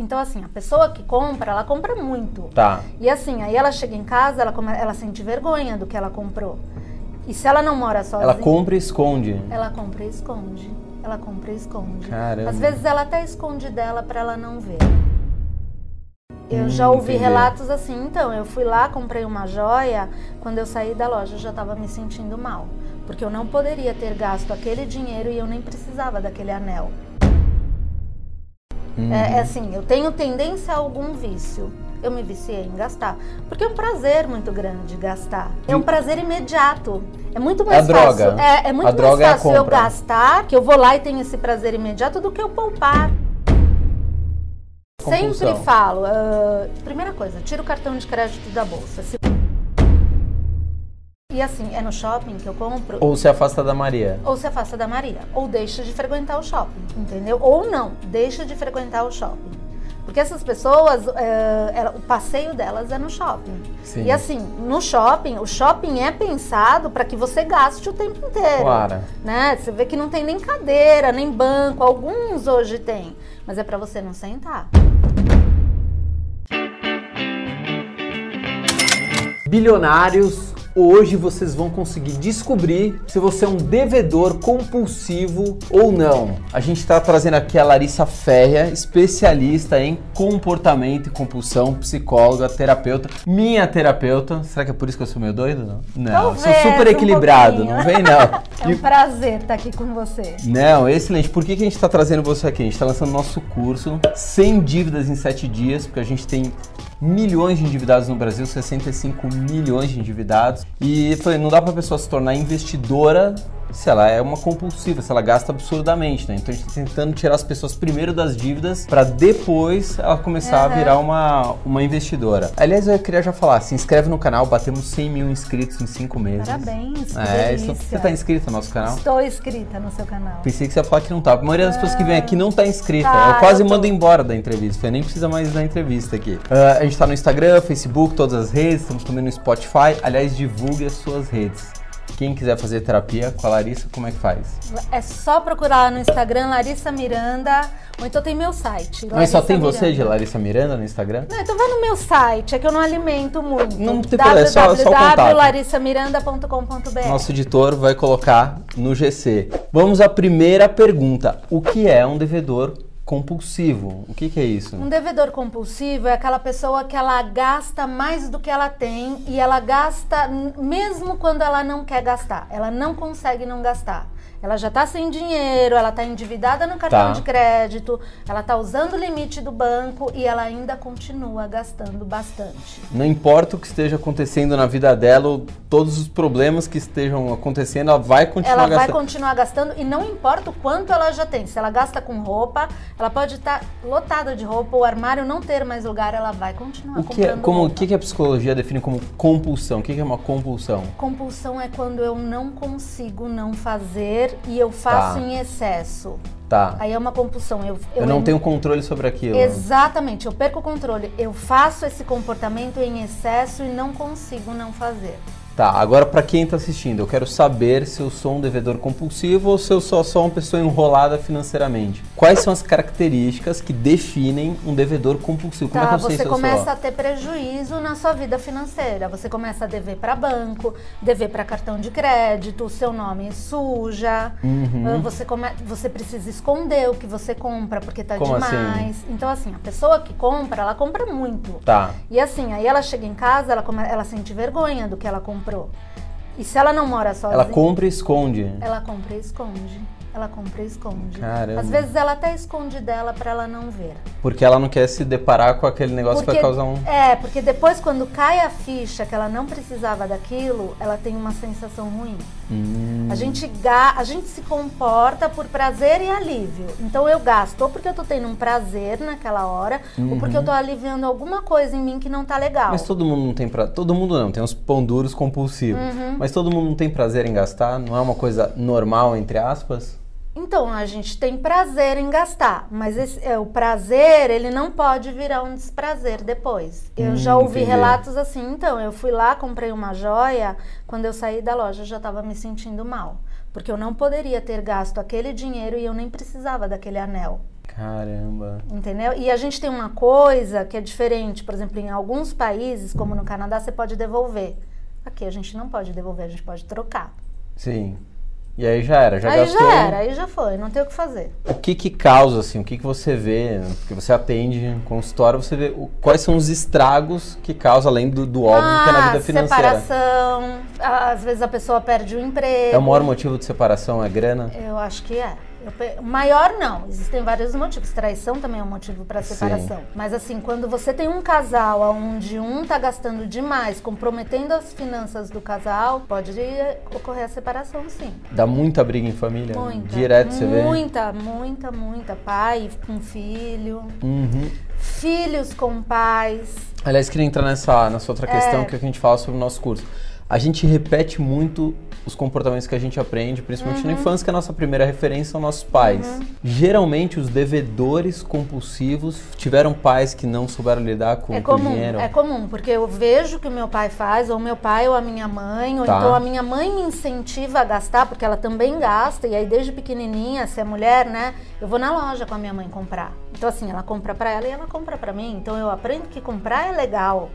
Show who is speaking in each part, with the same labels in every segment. Speaker 1: Então, assim, a pessoa que compra, ela compra muito.
Speaker 2: Tá.
Speaker 1: E assim, aí ela chega em casa, ela, come- ela sente vergonha do que ela comprou. E se ela não mora sozinha,
Speaker 2: Ela compra e esconde.
Speaker 1: ela compra e esconde. Ela compra e esconde.
Speaker 2: Caramba.
Speaker 1: Às vezes ela até esconde dela pra ela não ver. Eu já
Speaker 2: Hum,
Speaker 1: ouvi
Speaker 2: entendi.
Speaker 1: relatos assim, então, eu fui lá, comprei uma joia, quando eu saí da loja eu já tava me sentindo mal. Porque eu não poderia ter gasto aquele dinheiro e eu nem precisava daquele anel.
Speaker 2: Hum.
Speaker 1: É, é assim, eu tenho tendência a algum vício. Eu me viciei em gastar. Porque é um prazer muito grande gastar. É um prazer imediato. É muito mais
Speaker 2: a
Speaker 1: fácil.
Speaker 2: droga.
Speaker 1: É, é muito
Speaker 2: A
Speaker 1: mais
Speaker 2: droga é a
Speaker 1: fácil eu
Speaker 2: compra.
Speaker 1: gastar, que eu vou lá e tenho esse prazer imediato, do que eu poupar.
Speaker 2: Compulsão.
Speaker 1: Sempre falo, ah, primeira coisa, tira o cartão de crédito da bolsa. Se- E assim, é no shopping que eu compro
Speaker 2: Ou se afasta da Maria.
Speaker 1: ou se afasta da Maria, ou deixa de frequentar o shopping, entendeu? Ou não, deixa de frequentar o shopping. Porque essas pessoas, é, ela- o passeio delas é no shopping.
Speaker 2: Sim.
Speaker 1: E assim, no shopping, o shopping é pensado para que você gaste o tempo inteiro.
Speaker 2: Claro.
Speaker 1: Né? Você vê que não tem nem cadeira, nem banco, alguns hoje tem, mas é para você não sentar.
Speaker 2: Bilionários, hoje vocês vão conseguir descobrir se você é um devedor compulsivo ou não. A gente está trazendo aqui a Larissa Ferreira, especialista em comportamento e compulsão, psicóloga, terapeuta, minha terapeuta. Será que é por isso que eu sou meio doido? Não, não eu sou
Speaker 1: Talvez,
Speaker 2: super
Speaker 1: um
Speaker 2: equilibrado,
Speaker 1: pouquinho.
Speaker 2: não vem não.
Speaker 1: É um prazer estar aqui com você.
Speaker 2: Não, excelente. Por que, que a gente está trazendo você aqui? A gente está lançando nosso curso sem dívidas em 7 dias, porque a gente tem milhões de endividados no Brasil, 65 milhões de endividados. E falei, não dá para a pessoa se tornar investidora se ela é uma compulsiva, se ela gasta absurdamente, né? Então a gente está tentando tirar as pessoas primeiro das dívidas para depois ela começar a virar uma, uma investidora. Aliás, eu queria já falar, se inscreve no canal, batemos 100 mil inscritos em 5 meses.
Speaker 1: Parabéns, que
Speaker 2: É, isso,
Speaker 1: delícia.
Speaker 2: você está inscrito no nosso canal?
Speaker 1: Estou inscrita no seu canal.
Speaker 2: Pensei que você ia falar que não tá. A maioria das pessoas que vem aqui não tá inscrita.
Speaker 1: tá,
Speaker 2: eu quase
Speaker 1: eu tô.
Speaker 2: mando embora da entrevista. Eu nem precisa mais da entrevista aqui. Ah, a gente tá no Instagram, Facebook, todas as redes. Estamos também no Spotify. Aliás, divulgue as suas redes. Quem quiser fazer terapia com a Larissa, como é que faz?
Speaker 1: É só procurar lá no Instagram Larissa Miranda, ou então tem meu site.
Speaker 2: Mas só tem
Speaker 1: Larissa
Speaker 2: você de
Speaker 1: Miranda.
Speaker 2: Larissa Miranda no Instagram?
Speaker 1: Não, então vai no meu site, é que eu não alimento muito.
Speaker 2: Não tem problema, é só- só o contato.
Speaker 1: www.larissamiranda.com.br
Speaker 2: Nosso editor vai colocar no GC. Vamos à primeira pergunta. O que é um devedor compulsivo? O que, que é isso?
Speaker 1: Um devedor compulsivo é aquela pessoa que ela gasta mais do que ela tem e ela gasta n- mesmo quando ela não quer gastar. Ela não consegue não gastar. Ela já tá sem dinheiro, ela tá endividada no cartão
Speaker 2: Tá.
Speaker 1: de crédito, ela tá usando o limite do banco e ela ainda continua gastando bastante.
Speaker 2: Não importa o que esteja acontecendo na vida dela, ou todos os problemas que estejam acontecendo, ela vai continuar
Speaker 1: Ela vai
Speaker 2: gastando.
Speaker 1: continuar gastando e não importa o quanto ela já tem. Se ela gasta com roupa, ela pode estar lotada de roupa, o armário não ter mais lugar, ela vai continuar
Speaker 2: O que, é,
Speaker 1: comprando
Speaker 2: como, o
Speaker 1: roupa.
Speaker 2: que que a psicologia define como compulsão? O que que é uma compulsão?
Speaker 1: Compulsão é quando eu não consigo não fazer e eu faço
Speaker 2: Tá.
Speaker 1: em excesso.
Speaker 2: Tá.
Speaker 1: Aí é uma compulsão. Eu,
Speaker 2: Eu não
Speaker 1: em-
Speaker 2: tenho controle sobre aquilo.
Speaker 1: Exatamente, eu perco o controle. Eu faço esse comportamento em excesso e não consigo não fazer.
Speaker 2: Tá, agora pra quem tá assistindo, eu quero saber se eu sou um devedor compulsivo ou se eu sou só uma pessoa enrolada financeiramente. Quais são as características que definem um devedor compulsivo? Como é que
Speaker 1: Tá,
Speaker 2: eu sei
Speaker 1: você
Speaker 2: se eu
Speaker 1: começa
Speaker 2: sou?
Speaker 1: a ter prejuízo na sua vida financeira. Você começa a dever para banco, dever para cartão de crédito, o seu nome suja.
Speaker 2: Uhum.
Speaker 1: Ah, Você, come- você precisa esconder o que você compra porque tá
Speaker 2: Como assim?
Speaker 1: demais. Então, assim, a pessoa que compra, ela compra muito.
Speaker 2: Tá.
Speaker 1: E assim, aí ela chega em casa, ela, come- ela sente vergonha do que ela comprou. E se ela não mora sozinha, É.
Speaker 2: Ela compra e esconde.
Speaker 1: ela compra e esconde. Ela compra e esconde.
Speaker 2: Caramba.
Speaker 1: Às vezes ela até esconde dela pra ela não ver.
Speaker 2: Porque ela não quer se deparar com aquele negócio que vai causar um.
Speaker 1: É, porque depois quando cai a ficha que ela não precisava daquilo, ela tem uma sensação ruim.
Speaker 2: Hum.
Speaker 1: A gente, ga a gente se comporta por prazer e alívio. Então eu gasto ou porque eu tô tendo um prazer naquela hora, ou porque eu tô aliviando alguma coisa em mim que não tá legal.
Speaker 2: Uhum. Mas todo mundo não tem pra... Todo mundo não, tem uns pão duros compulsivos.
Speaker 1: Uhum.
Speaker 2: Mas todo mundo não tem prazer em gastar, não é uma coisa normal, entre aspas?
Speaker 1: Então, a gente tem prazer em gastar, mas esse- é, o prazer, ele não pode virar um desprazer depois. Eu
Speaker 2: Hum,
Speaker 1: já ouvi
Speaker 2: entendi.
Speaker 1: relatos assim, então, eu fui lá, comprei uma joia, quando eu saí da loja eu já estava me sentindo mal, porque eu não poderia ter gasto aquele dinheiro e eu nem precisava daquele anel.
Speaker 2: Caramba.
Speaker 1: Entendeu? E a gente tem uma coisa que é diferente. Por exemplo, em alguns países, como no Canadá, você pode devolver. Aqui a gente não pode devolver, a gente pode trocar.
Speaker 2: Sim. E aí já era, já
Speaker 1: aí
Speaker 2: gastou.
Speaker 1: já era, aí já foi, não tem o que fazer.
Speaker 2: O que que causa, assim, o que que você vê, porque você atende consultório, você vê o- quais são os estragos que causa, além do, do óbvio, que é na vida financeira.
Speaker 1: Ah, separação. Às vezes a pessoa perde o emprego.
Speaker 2: É o maior motivo de separação, é grana?
Speaker 1: Eu acho que é. Eu pe- Maior não, existem vários motivos. Traição também é um motivo para
Speaker 2: Sim.
Speaker 1: separação. Mas assim, quando você tem um casal onde um tá gastando demais, comprometendo as finanças do casal, pode ocorrer a separação, sim.
Speaker 2: Dá muita briga em família?
Speaker 1: Muita.
Speaker 2: é Direto você vê?
Speaker 1: Muita, muita, muita. Pai com filho,
Speaker 2: Uhum.
Speaker 1: filhos com pais.
Speaker 2: Aliás, queria entrar nessa, nessa outra
Speaker 1: É.
Speaker 2: questão que a gente fala sobre o nosso curso. A gente repete muito os comportamentos que a gente aprende, principalmente
Speaker 1: Uhum.
Speaker 2: na infância, que a nossa primeira referência são nossos pais. Geralmente, os devedores compulsivos tiveram pais que não souberam lidar com
Speaker 1: é
Speaker 2: o
Speaker 1: comum,
Speaker 2: dinheiro.
Speaker 1: é comum, porque eu vejo que o meu pai faz, ou meu pai ou a minha mãe, ou
Speaker 2: Tá.
Speaker 1: então a minha mãe me incentiva a gastar, porque ela também gasta, e aí desde pequenininha, se é mulher, né, eu vou na loja com a minha mãe comprar. Então assim, ela compra pra ela e ela compra pra mim, então eu aprendo que comprar é legal.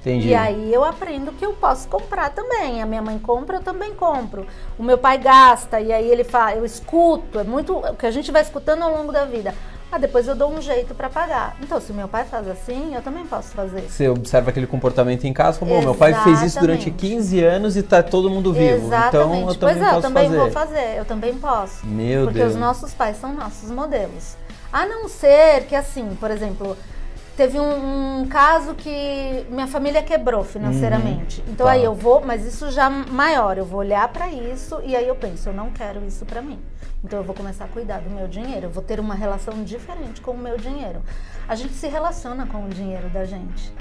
Speaker 2: Entendi.
Speaker 1: E aí eu aprendo que eu posso comprar também. A minha mãe compra, eu também compro. O meu pai gasta, e aí ele fala, eu escuto, é muito o que a gente vai escutando ao longo da vida. Ah, depois eu dou um jeito pra pagar. Então, se meu pai faz assim, eu também posso fazer.
Speaker 2: Você observa aquele comportamento em casa, como "Bom, meu pai fez isso durante
Speaker 1: Exatamente.
Speaker 2: 15 anos e tá todo mundo vivo.
Speaker 1: Exatamente.
Speaker 2: Então eu
Speaker 1: pois
Speaker 2: também
Speaker 1: é,
Speaker 2: posso
Speaker 1: eu também
Speaker 2: fazer.
Speaker 1: vou fazer, eu também posso.
Speaker 2: Meu
Speaker 1: porque
Speaker 2: Deus.
Speaker 1: os nossos pais são nossos modelos. A não ser que assim, por exemplo, teve um, um caso que minha família quebrou financeiramente. então
Speaker 2: tá.
Speaker 1: aí eu vou, mas isso já maior, eu vou olhar pra isso e aí eu penso, eu não quero isso pra mim. Então eu vou começar a cuidar do meu dinheiro, eu vou ter uma relação diferente com o meu dinheiro. A gente se relaciona com o dinheiro da gente.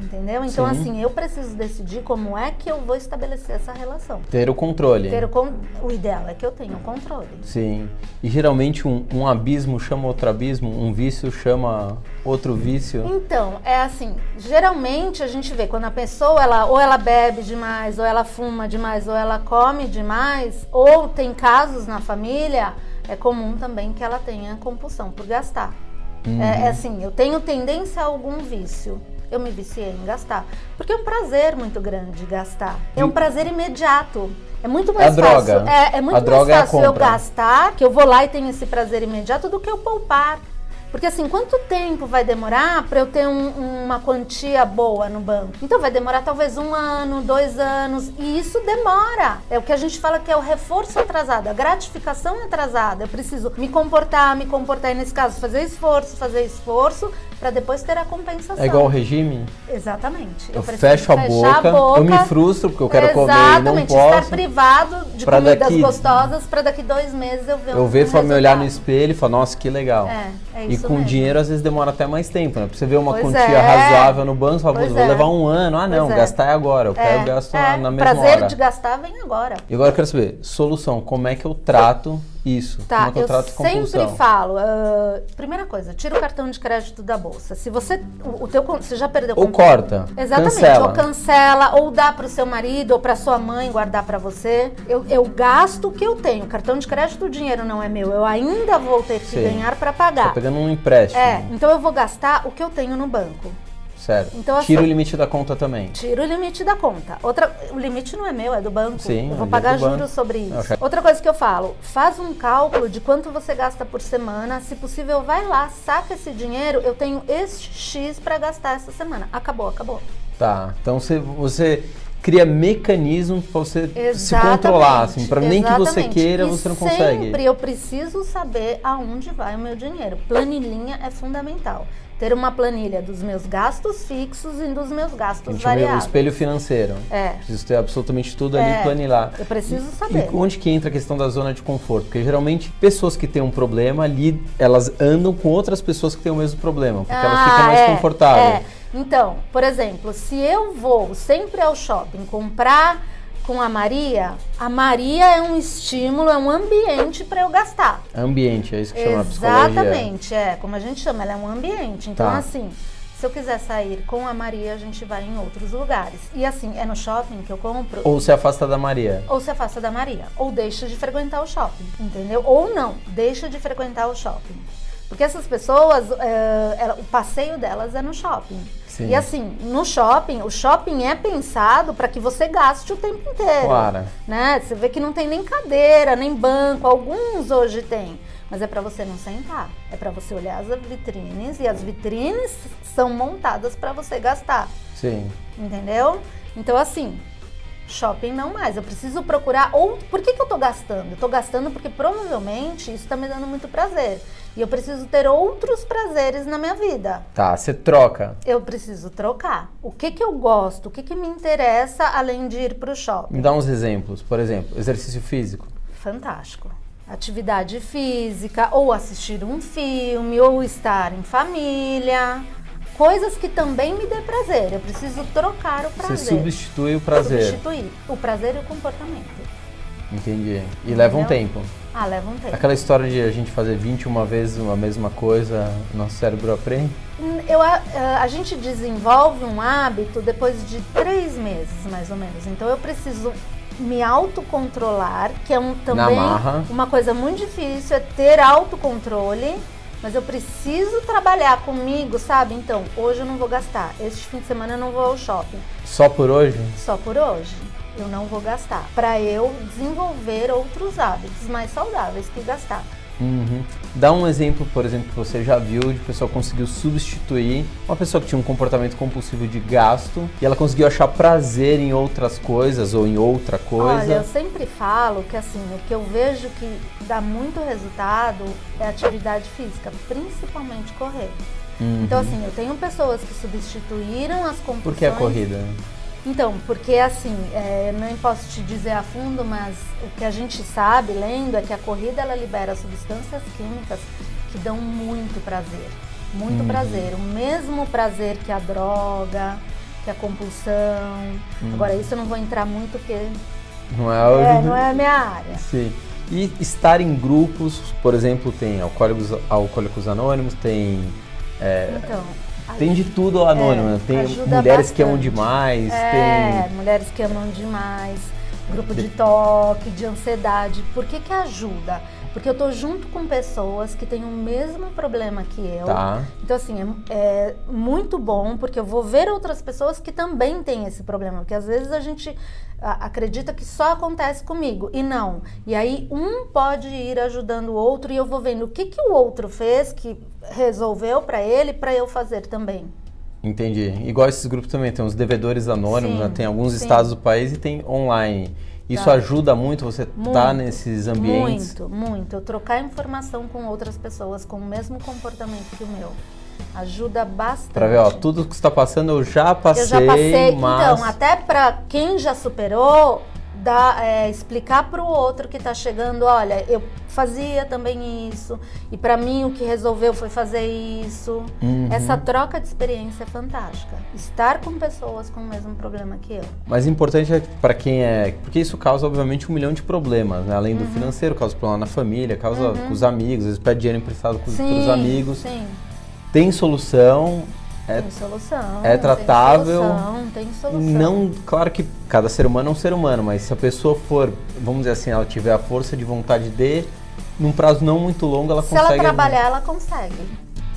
Speaker 1: Entendeu? Então,
Speaker 2: Sim.
Speaker 1: assim, eu preciso decidir como é que eu vou estabelecer essa relação.
Speaker 2: Ter o controle.
Speaker 1: Ter o, con- o ideal é que eu tenha o controle.
Speaker 2: Sim. E geralmente um, um abismo chama outro abismo, um vício chama outro vício.
Speaker 1: Então, é assim, geralmente a gente vê quando a pessoa ela ou ela bebe demais, ou ela fuma demais, ou ela come demais, ou tem casos na família, é comum também que ela tenha compulsão por gastar.
Speaker 2: Uhum.
Speaker 1: É, é assim, eu tenho tendência a algum vício. Eu me viciei em gastar. Porque é um prazer muito grande gastar. É um prazer imediato. É muito mais fácil.
Speaker 2: droga.
Speaker 1: É, é muito
Speaker 2: A
Speaker 1: mais
Speaker 2: droga é a
Speaker 1: fácil eu
Speaker 2: compra.
Speaker 1: gastar gastar, que eu vou lá e tenho esse prazer imediato, do que eu poupar. Porque assim, quanto tempo vai demorar para eu ter um- uma quantia boa no banco? Então vai demorar talvez um ano, dois anos, e isso demora. É o que a gente fala que é o reforço atrasado, a gratificação atrasada. Eu preciso me comportar, me comportar, e nesse caso fazer esforço, fazer esforço, para depois ter a compensação.
Speaker 2: É igual o regime?
Speaker 1: Exatamente.
Speaker 2: Eu,
Speaker 1: preciso
Speaker 2: fecho a
Speaker 1: fechar
Speaker 2: boca, eu me frustro porque eu quero comer e não
Speaker 1: Exatamente, estar
Speaker 2: posso.
Speaker 1: privado de
Speaker 2: Pra
Speaker 1: comidas
Speaker 2: daqui-
Speaker 1: gostosas para daqui dois meses eu ver
Speaker 2: Eu
Speaker 1: um
Speaker 2: vejo pra me
Speaker 1: resultado.
Speaker 2: olhar no espelho e falar, nossa, que legal.
Speaker 1: É, é
Speaker 2: e
Speaker 1: isso
Speaker 2: com
Speaker 1: mesmo.
Speaker 2: dinheiro às vezes demora até mais tempo, né? Pra você ver uma
Speaker 1: Pois
Speaker 2: quantia
Speaker 1: é.
Speaker 2: razoável no banco, você fala,
Speaker 1: Pois
Speaker 2: vou
Speaker 1: é.
Speaker 2: levar um ano. Ah, não,
Speaker 1: Pois é.
Speaker 2: gastar é agora.
Speaker 1: É,
Speaker 2: Eu quero gasto
Speaker 1: é,
Speaker 2: na mesma
Speaker 1: prazer
Speaker 2: hora.
Speaker 1: de gastar vem agora.
Speaker 2: E agora eu quero saber, solução, como é que eu trato isso? como
Speaker 1: Tá,
Speaker 2: é que eu,
Speaker 1: eu,
Speaker 2: trato compulsão?
Speaker 1: sempre falo. ah, primeira coisa, tira o cartão de crédito da bolsa. Se você. O, o teu, con- você já perdeu
Speaker 2: Ou
Speaker 1: controle.
Speaker 2: corta,
Speaker 1: Exatamente.
Speaker 2: cancela.
Speaker 1: Ou cancela, ou dá pro seu marido, ou pra sua mãe guardar pra você. Eu, eu gasto o que eu tenho. Cartão de crédito, o dinheiro não é meu. Eu ainda vou ter que
Speaker 2: Sim.
Speaker 1: ganhar pra
Speaker 2: Tá
Speaker 1: pagar.
Speaker 2: pegando um empréstimo,
Speaker 1: É, então eu vou gastar o que eu tenho no banco.
Speaker 2: certo.
Speaker 1: Então, assim-
Speaker 2: Tira o limite da conta também.
Speaker 1: Tiro o limite da conta. Outra, o limite não é meu, é do banco.
Speaker 2: Sim,
Speaker 1: eu
Speaker 2: é
Speaker 1: vou
Speaker 2: do
Speaker 1: pagar
Speaker 2: banco. É
Speaker 1: juros sobre isso.
Speaker 2: Ok.
Speaker 1: Outra coisa que eu falo, faz um cálculo de quanto você gasta por semana. Se possível, vai lá, saca esse dinheiro. Eu tenho este X pra gastar essa semana. Acabou, acabou.
Speaker 2: Tá, então você, você cria mecanismos pra você se
Speaker 1: Exatamente.
Speaker 2: controlar, assim, para nem que você
Speaker 1: exatamente.
Speaker 2: queira,
Speaker 1: E
Speaker 2: você não consegue.
Speaker 1: Sempre eu preciso saber aonde vai o meu dinheiro. Planilhinha é fundamental. Ter uma planilha dos meus gastos fixos e dos meus
Speaker 2: A
Speaker 1: gastos
Speaker 2: gente chama o
Speaker 1: variáveis.
Speaker 2: espelho financeiro.
Speaker 1: É.
Speaker 2: Preciso ter absolutamente tudo ali
Speaker 1: É,
Speaker 2: planilhar.
Speaker 1: eu preciso
Speaker 2: E-
Speaker 1: saber.
Speaker 2: E onde que entra a questão da zona de conforto? Porque geralmente pessoas que têm um problema ali, elas andam com outras pessoas que têm o mesmo problema, porque elas ficam
Speaker 1: Ah,
Speaker 2: mais
Speaker 1: é,
Speaker 2: confortáveis.
Speaker 1: é. Então, por exemplo, se eu vou sempre ao shopping comprar com a Maria, a Maria é um estímulo, é um ambiente para eu gastar.
Speaker 2: Ambiente, é isso que chama a psicologia.
Speaker 1: Exatamente, é, como a gente chama, ela é um ambiente. Então,
Speaker 2: Tá.
Speaker 1: assim, se eu quiser sair com a Maria, a gente vai em outros lugares. E assim, é no shopping que eu compro
Speaker 2: Ou se afasta da Maria.
Speaker 1: ou se afasta da Maria, ou deixa de frequentar o shopping, entendeu? Ou não, deixa de frequentar o shopping. Porque essas pessoas, é, ela- o passeio delas é no shopping.
Speaker 2: Sim.
Speaker 1: E assim, no shopping, o shopping é pensado para que você gaste o tempo inteiro.
Speaker 2: Claro.
Speaker 1: Né? Você vê que não tem nem cadeira, nem banco, alguns hoje tem. Mas é para você não sentar, é para você olhar as vitrines e as vitrines são montadas para você gastar,
Speaker 2: Sim.
Speaker 1: entendeu? Então assim, shopping não mais. Eu preciso procurar ou por que, que eu tô gastando? Eu tô gastando porque provavelmente isso tá me dando muito prazer. E eu preciso ter outros prazeres na minha vida.
Speaker 2: Tá, você troca.
Speaker 1: Eu preciso trocar. O que que eu gosto? O que que me interessa além de ir pro shopping?
Speaker 2: Me dá uns exemplos. Por exemplo, exercício físico.
Speaker 1: Fantástico. Atividade física, ou assistir um filme, ou estar em família. Coisas que também me dê prazer. Eu preciso trocar o
Speaker 2: Você
Speaker 1: prazer.
Speaker 2: substitui o prazer.
Speaker 1: Substituir o prazer e o comportamento.
Speaker 2: Entendi. E leva um
Speaker 1: Não.
Speaker 2: tempo.
Speaker 1: Ah, leva um tempo.
Speaker 2: Aquela história de a gente fazer 21 vezes uma mesma coisa, nosso cérebro aprende.
Speaker 1: Hum, Eu, a, a gente desenvolve um hábito depois de três meses, mais ou menos. Então eu preciso me autocontrolar, que é um, também
Speaker 2: marra.
Speaker 1: uma coisa muito difícil, é ter autocontrole. Mas eu preciso trabalhar comigo, sabe? Então, hoje eu não vou gastar. Este fim de semana eu não vou ao shopping.
Speaker 2: Só por hoje?
Speaker 1: Só por hoje eu não vou gastar. Para eu desenvolver outros hábitos mais saudáveis que gastar.
Speaker 2: Uhum. Dá um exemplo, por exemplo, que você já viu de pessoa que conseguiu substituir uma pessoa que tinha um comportamento compulsivo de gasto e ela conseguiu achar prazer em outras coisas ou em outra
Speaker 1: Olha, eu
Speaker 2: coisa.
Speaker 1: sempre falo que assim, o que eu vejo que dá muito resultado é atividade física, principalmente correr.
Speaker 2: Uhum.
Speaker 1: Então assim, eu tenho pessoas que substituíram as compulsões.
Speaker 2: Por que a corrida?
Speaker 1: Então, porque assim, é, não posso te dizer a fundo, mas o que a gente sabe, lendo, é que a corrida ela libera substâncias químicas que dão muito prazer.
Speaker 2: Uhum.
Speaker 1: Muito prazer. O mesmo prazer que a droga, que a compulsão.
Speaker 2: Uhum.
Speaker 1: Agora, isso eu não vou entrar muito porque
Speaker 2: Não é hoje?
Speaker 1: é, não é a minha área.
Speaker 2: Sim. E estar em grupos, por exemplo, tem alcoólicos, alcoólicos anônimos, tem.
Speaker 1: Então, a-
Speaker 2: Tem de tudo ao anônimo, né? tem
Speaker 1: É, ajuda
Speaker 2: mulheres que amam
Speaker 1: bastante.
Speaker 2: demais,
Speaker 1: é, mulheres que amam demais, grupo de toque, de ansiedade. Por que que ajuda? Porque eu tô junto com pessoas que têm o mesmo problema que eu.
Speaker 2: tem. Tá.
Speaker 1: Então, assim, é, é muito bom, porque eu vou ver outras pessoas que também têm esse problema. Porque às vezes a gente a- acredita que só acontece comigo, e não. E aí, um pode ir ajudando o outro, e eu vou vendo o que, que o outro fez, que resolveu pra ele, pra eu fazer também.
Speaker 2: Entendi. Igual esses grupos também, tem os devedores anônimos,
Speaker 1: Sim,
Speaker 2: né? tem alguns
Speaker 1: sim.
Speaker 2: estados do país e tem online. Isso
Speaker 1: Tá.
Speaker 2: ajuda muito você estar
Speaker 1: Muito,
Speaker 2: tá nesses ambientes.
Speaker 1: Muito, muito. Eu trocar informação com outras pessoas com o mesmo comportamento que o meu. Ajuda bastante.
Speaker 2: Pra ver, ó, tudo que você tá passando eu já passei,
Speaker 1: Eu já passei.
Speaker 2: mas...
Speaker 1: Então, até pra quem já superou, dá, é, explicar pro outro que tá chegando, olha, eu fazia também isso, e pra mim o que resolveu foi fazer isso.
Speaker 2: Uhum.
Speaker 1: Essa troca de experiência é fantástica. Estar com pessoas com o mesmo problema que eu.
Speaker 2: Mas importante é para quem é. Porque isso causa, obviamente, um milhão de problemas, né? Além do
Speaker 1: Uhum.
Speaker 2: financeiro, causa problema na família, causa com os amigos, às vezes pede dinheiro emprestado com, pros amigos.
Speaker 1: Sim,
Speaker 2: Tem solução. É-
Speaker 1: tem solução.
Speaker 2: é tratável.
Speaker 1: Tem solução, tem solução.
Speaker 2: Não, claro que cada ser humano é um ser humano, mas se a pessoa for, vamos dizer assim, ela tiver a força de vontade de, num prazo não muito longo, ela
Speaker 1: Se
Speaker 2: consegue.
Speaker 1: ela trabalhar, ela consegue.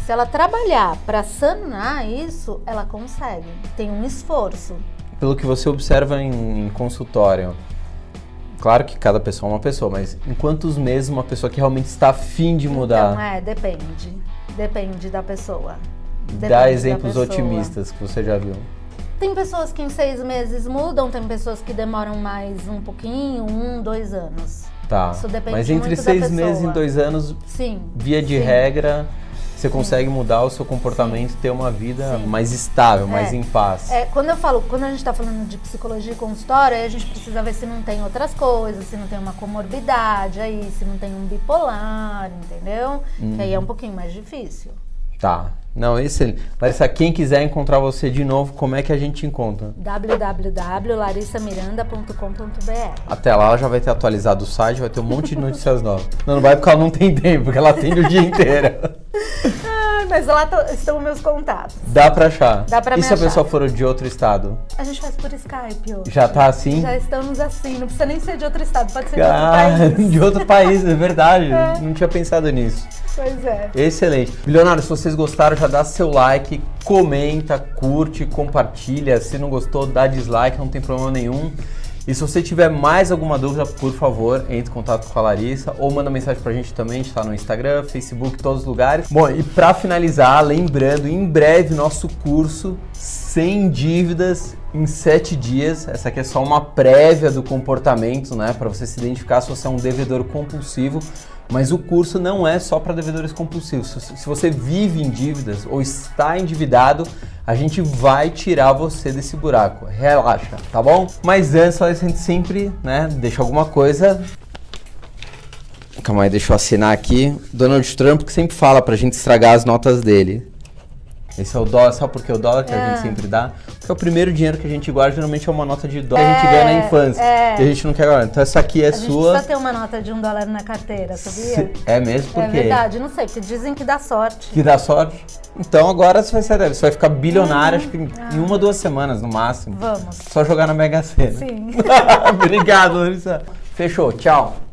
Speaker 1: Se ela trabalhar para sanar isso, ela consegue. Tem um esforço.
Speaker 2: Pelo que você observa em, em consultório, claro que cada pessoa é uma pessoa, mas em quantos meses uma pessoa que realmente está afim de mudar?
Speaker 1: Então, é, depende. Depende da pessoa. Depende
Speaker 2: Dá
Speaker 1: da
Speaker 2: exemplos
Speaker 1: pessoa.
Speaker 2: otimistas que você já viu.
Speaker 1: Tem pessoas que em seis meses mudam, tem pessoas que demoram mais um pouquinho, um, dois anos.
Speaker 2: Tá.
Speaker 1: Isso depende
Speaker 2: Mas entre
Speaker 1: muito da
Speaker 2: seis meses e
Speaker 1: pessoa.
Speaker 2: dois anos,
Speaker 1: Sim.
Speaker 2: via de
Speaker 1: sim.
Speaker 2: regra, você consegue mudar o seu comportamento e ter uma vida
Speaker 1: Sim.
Speaker 2: mais estável, mais em paz.
Speaker 1: É, quando eu falo, quando a gente tá falando de psicologia e consultório, aí a gente precisa ver se não tem outras coisas, se não tem uma comorbidade aí, se não tem um bipolar, entendeu? Que
Speaker 2: Uhum.
Speaker 1: aí é um pouquinho mais difícil.
Speaker 2: Tá. Não, excelente. Larissa, quem quiser encontrar você de novo, como é que a gente encontra?
Speaker 1: www.larissamiranda.com.br
Speaker 2: Até lá ela já vai ter atualizado o site, vai ter um monte de notícias novas. Não, não vai porque ela não tem tempo, porque ela atende o dia inteiro.
Speaker 1: Ah, mas lá to- estão meus contatos.
Speaker 2: Dá pra achar.
Speaker 1: Dá pra
Speaker 2: e
Speaker 1: me
Speaker 2: se a
Speaker 1: achar.
Speaker 2: pessoa for de outro estado?
Speaker 1: A gente faz por Skype hoje.
Speaker 2: Já tá assim?
Speaker 1: Já estamos assim, não precisa nem ser de outro estado, pode ser de outro
Speaker 2: Ah,
Speaker 1: país.
Speaker 2: de outro país, é verdade.
Speaker 1: É.
Speaker 2: Não tinha pensado nisso.
Speaker 1: Pois é.
Speaker 2: Excelente. Milionário, se vocês gostaram, já dá seu like, comenta, curte, compartilha. Se não gostou, dá dislike, não tem problema nenhum. E se você tiver mais alguma dúvida, por favor, entre em contato com a Larissa ou manda mensagem pra gente também, a gente tá no Instagram, Facebook, todos os lugares. Bom, e pra finalizar, lembrando, em breve nosso curso sem dívidas em 7 dias. Essa aqui é só uma prévia do comportamento, né, Pra você se identificar se você é um devedor compulsivo. Mas o curso não é só para devedores compulsivos. Se se você vive em dívidas ou está endividado, a gente vai tirar você desse buraco. Relaxa, tá bom? Mas antes, a gente sempre né, deixa alguma coisa. Calma aí, deixa eu assinar aqui. Donald Trump que sempre fala pra gente estragar as notas dele. Esse é o dólar, sabe por que o dólar que a
Speaker 1: É.
Speaker 2: gente sempre dá? Porque é o primeiro dinheiro que a gente guarda, geralmente é uma nota de dólar que a gente
Speaker 1: É,
Speaker 2: ganha na infância.
Speaker 1: é.
Speaker 2: E a gente não quer guardar. Então essa aqui é
Speaker 1: A gente
Speaker 2: sua.
Speaker 1: precisa ter uma nota de um dólar na carteira, sabia?
Speaker 2: Se- É mesmo? Por
Speaker 1: é
Speaker 2: quê?
Speaker 1: verdade, não sei, porque dizem que dá sorte.
Speaker 2: Que dá sorte. Então agora você vai ser deve. Você vai ficar bilionário, acho que em em uma, duas semanas no máximo.
Speaker 1: Uhum. Vamos.
Speaker 2: Só jogar na Mega Sena.
Speaker 1: Sim.
Speaker 2: Obrigado, Larissa. Fechou, tchau.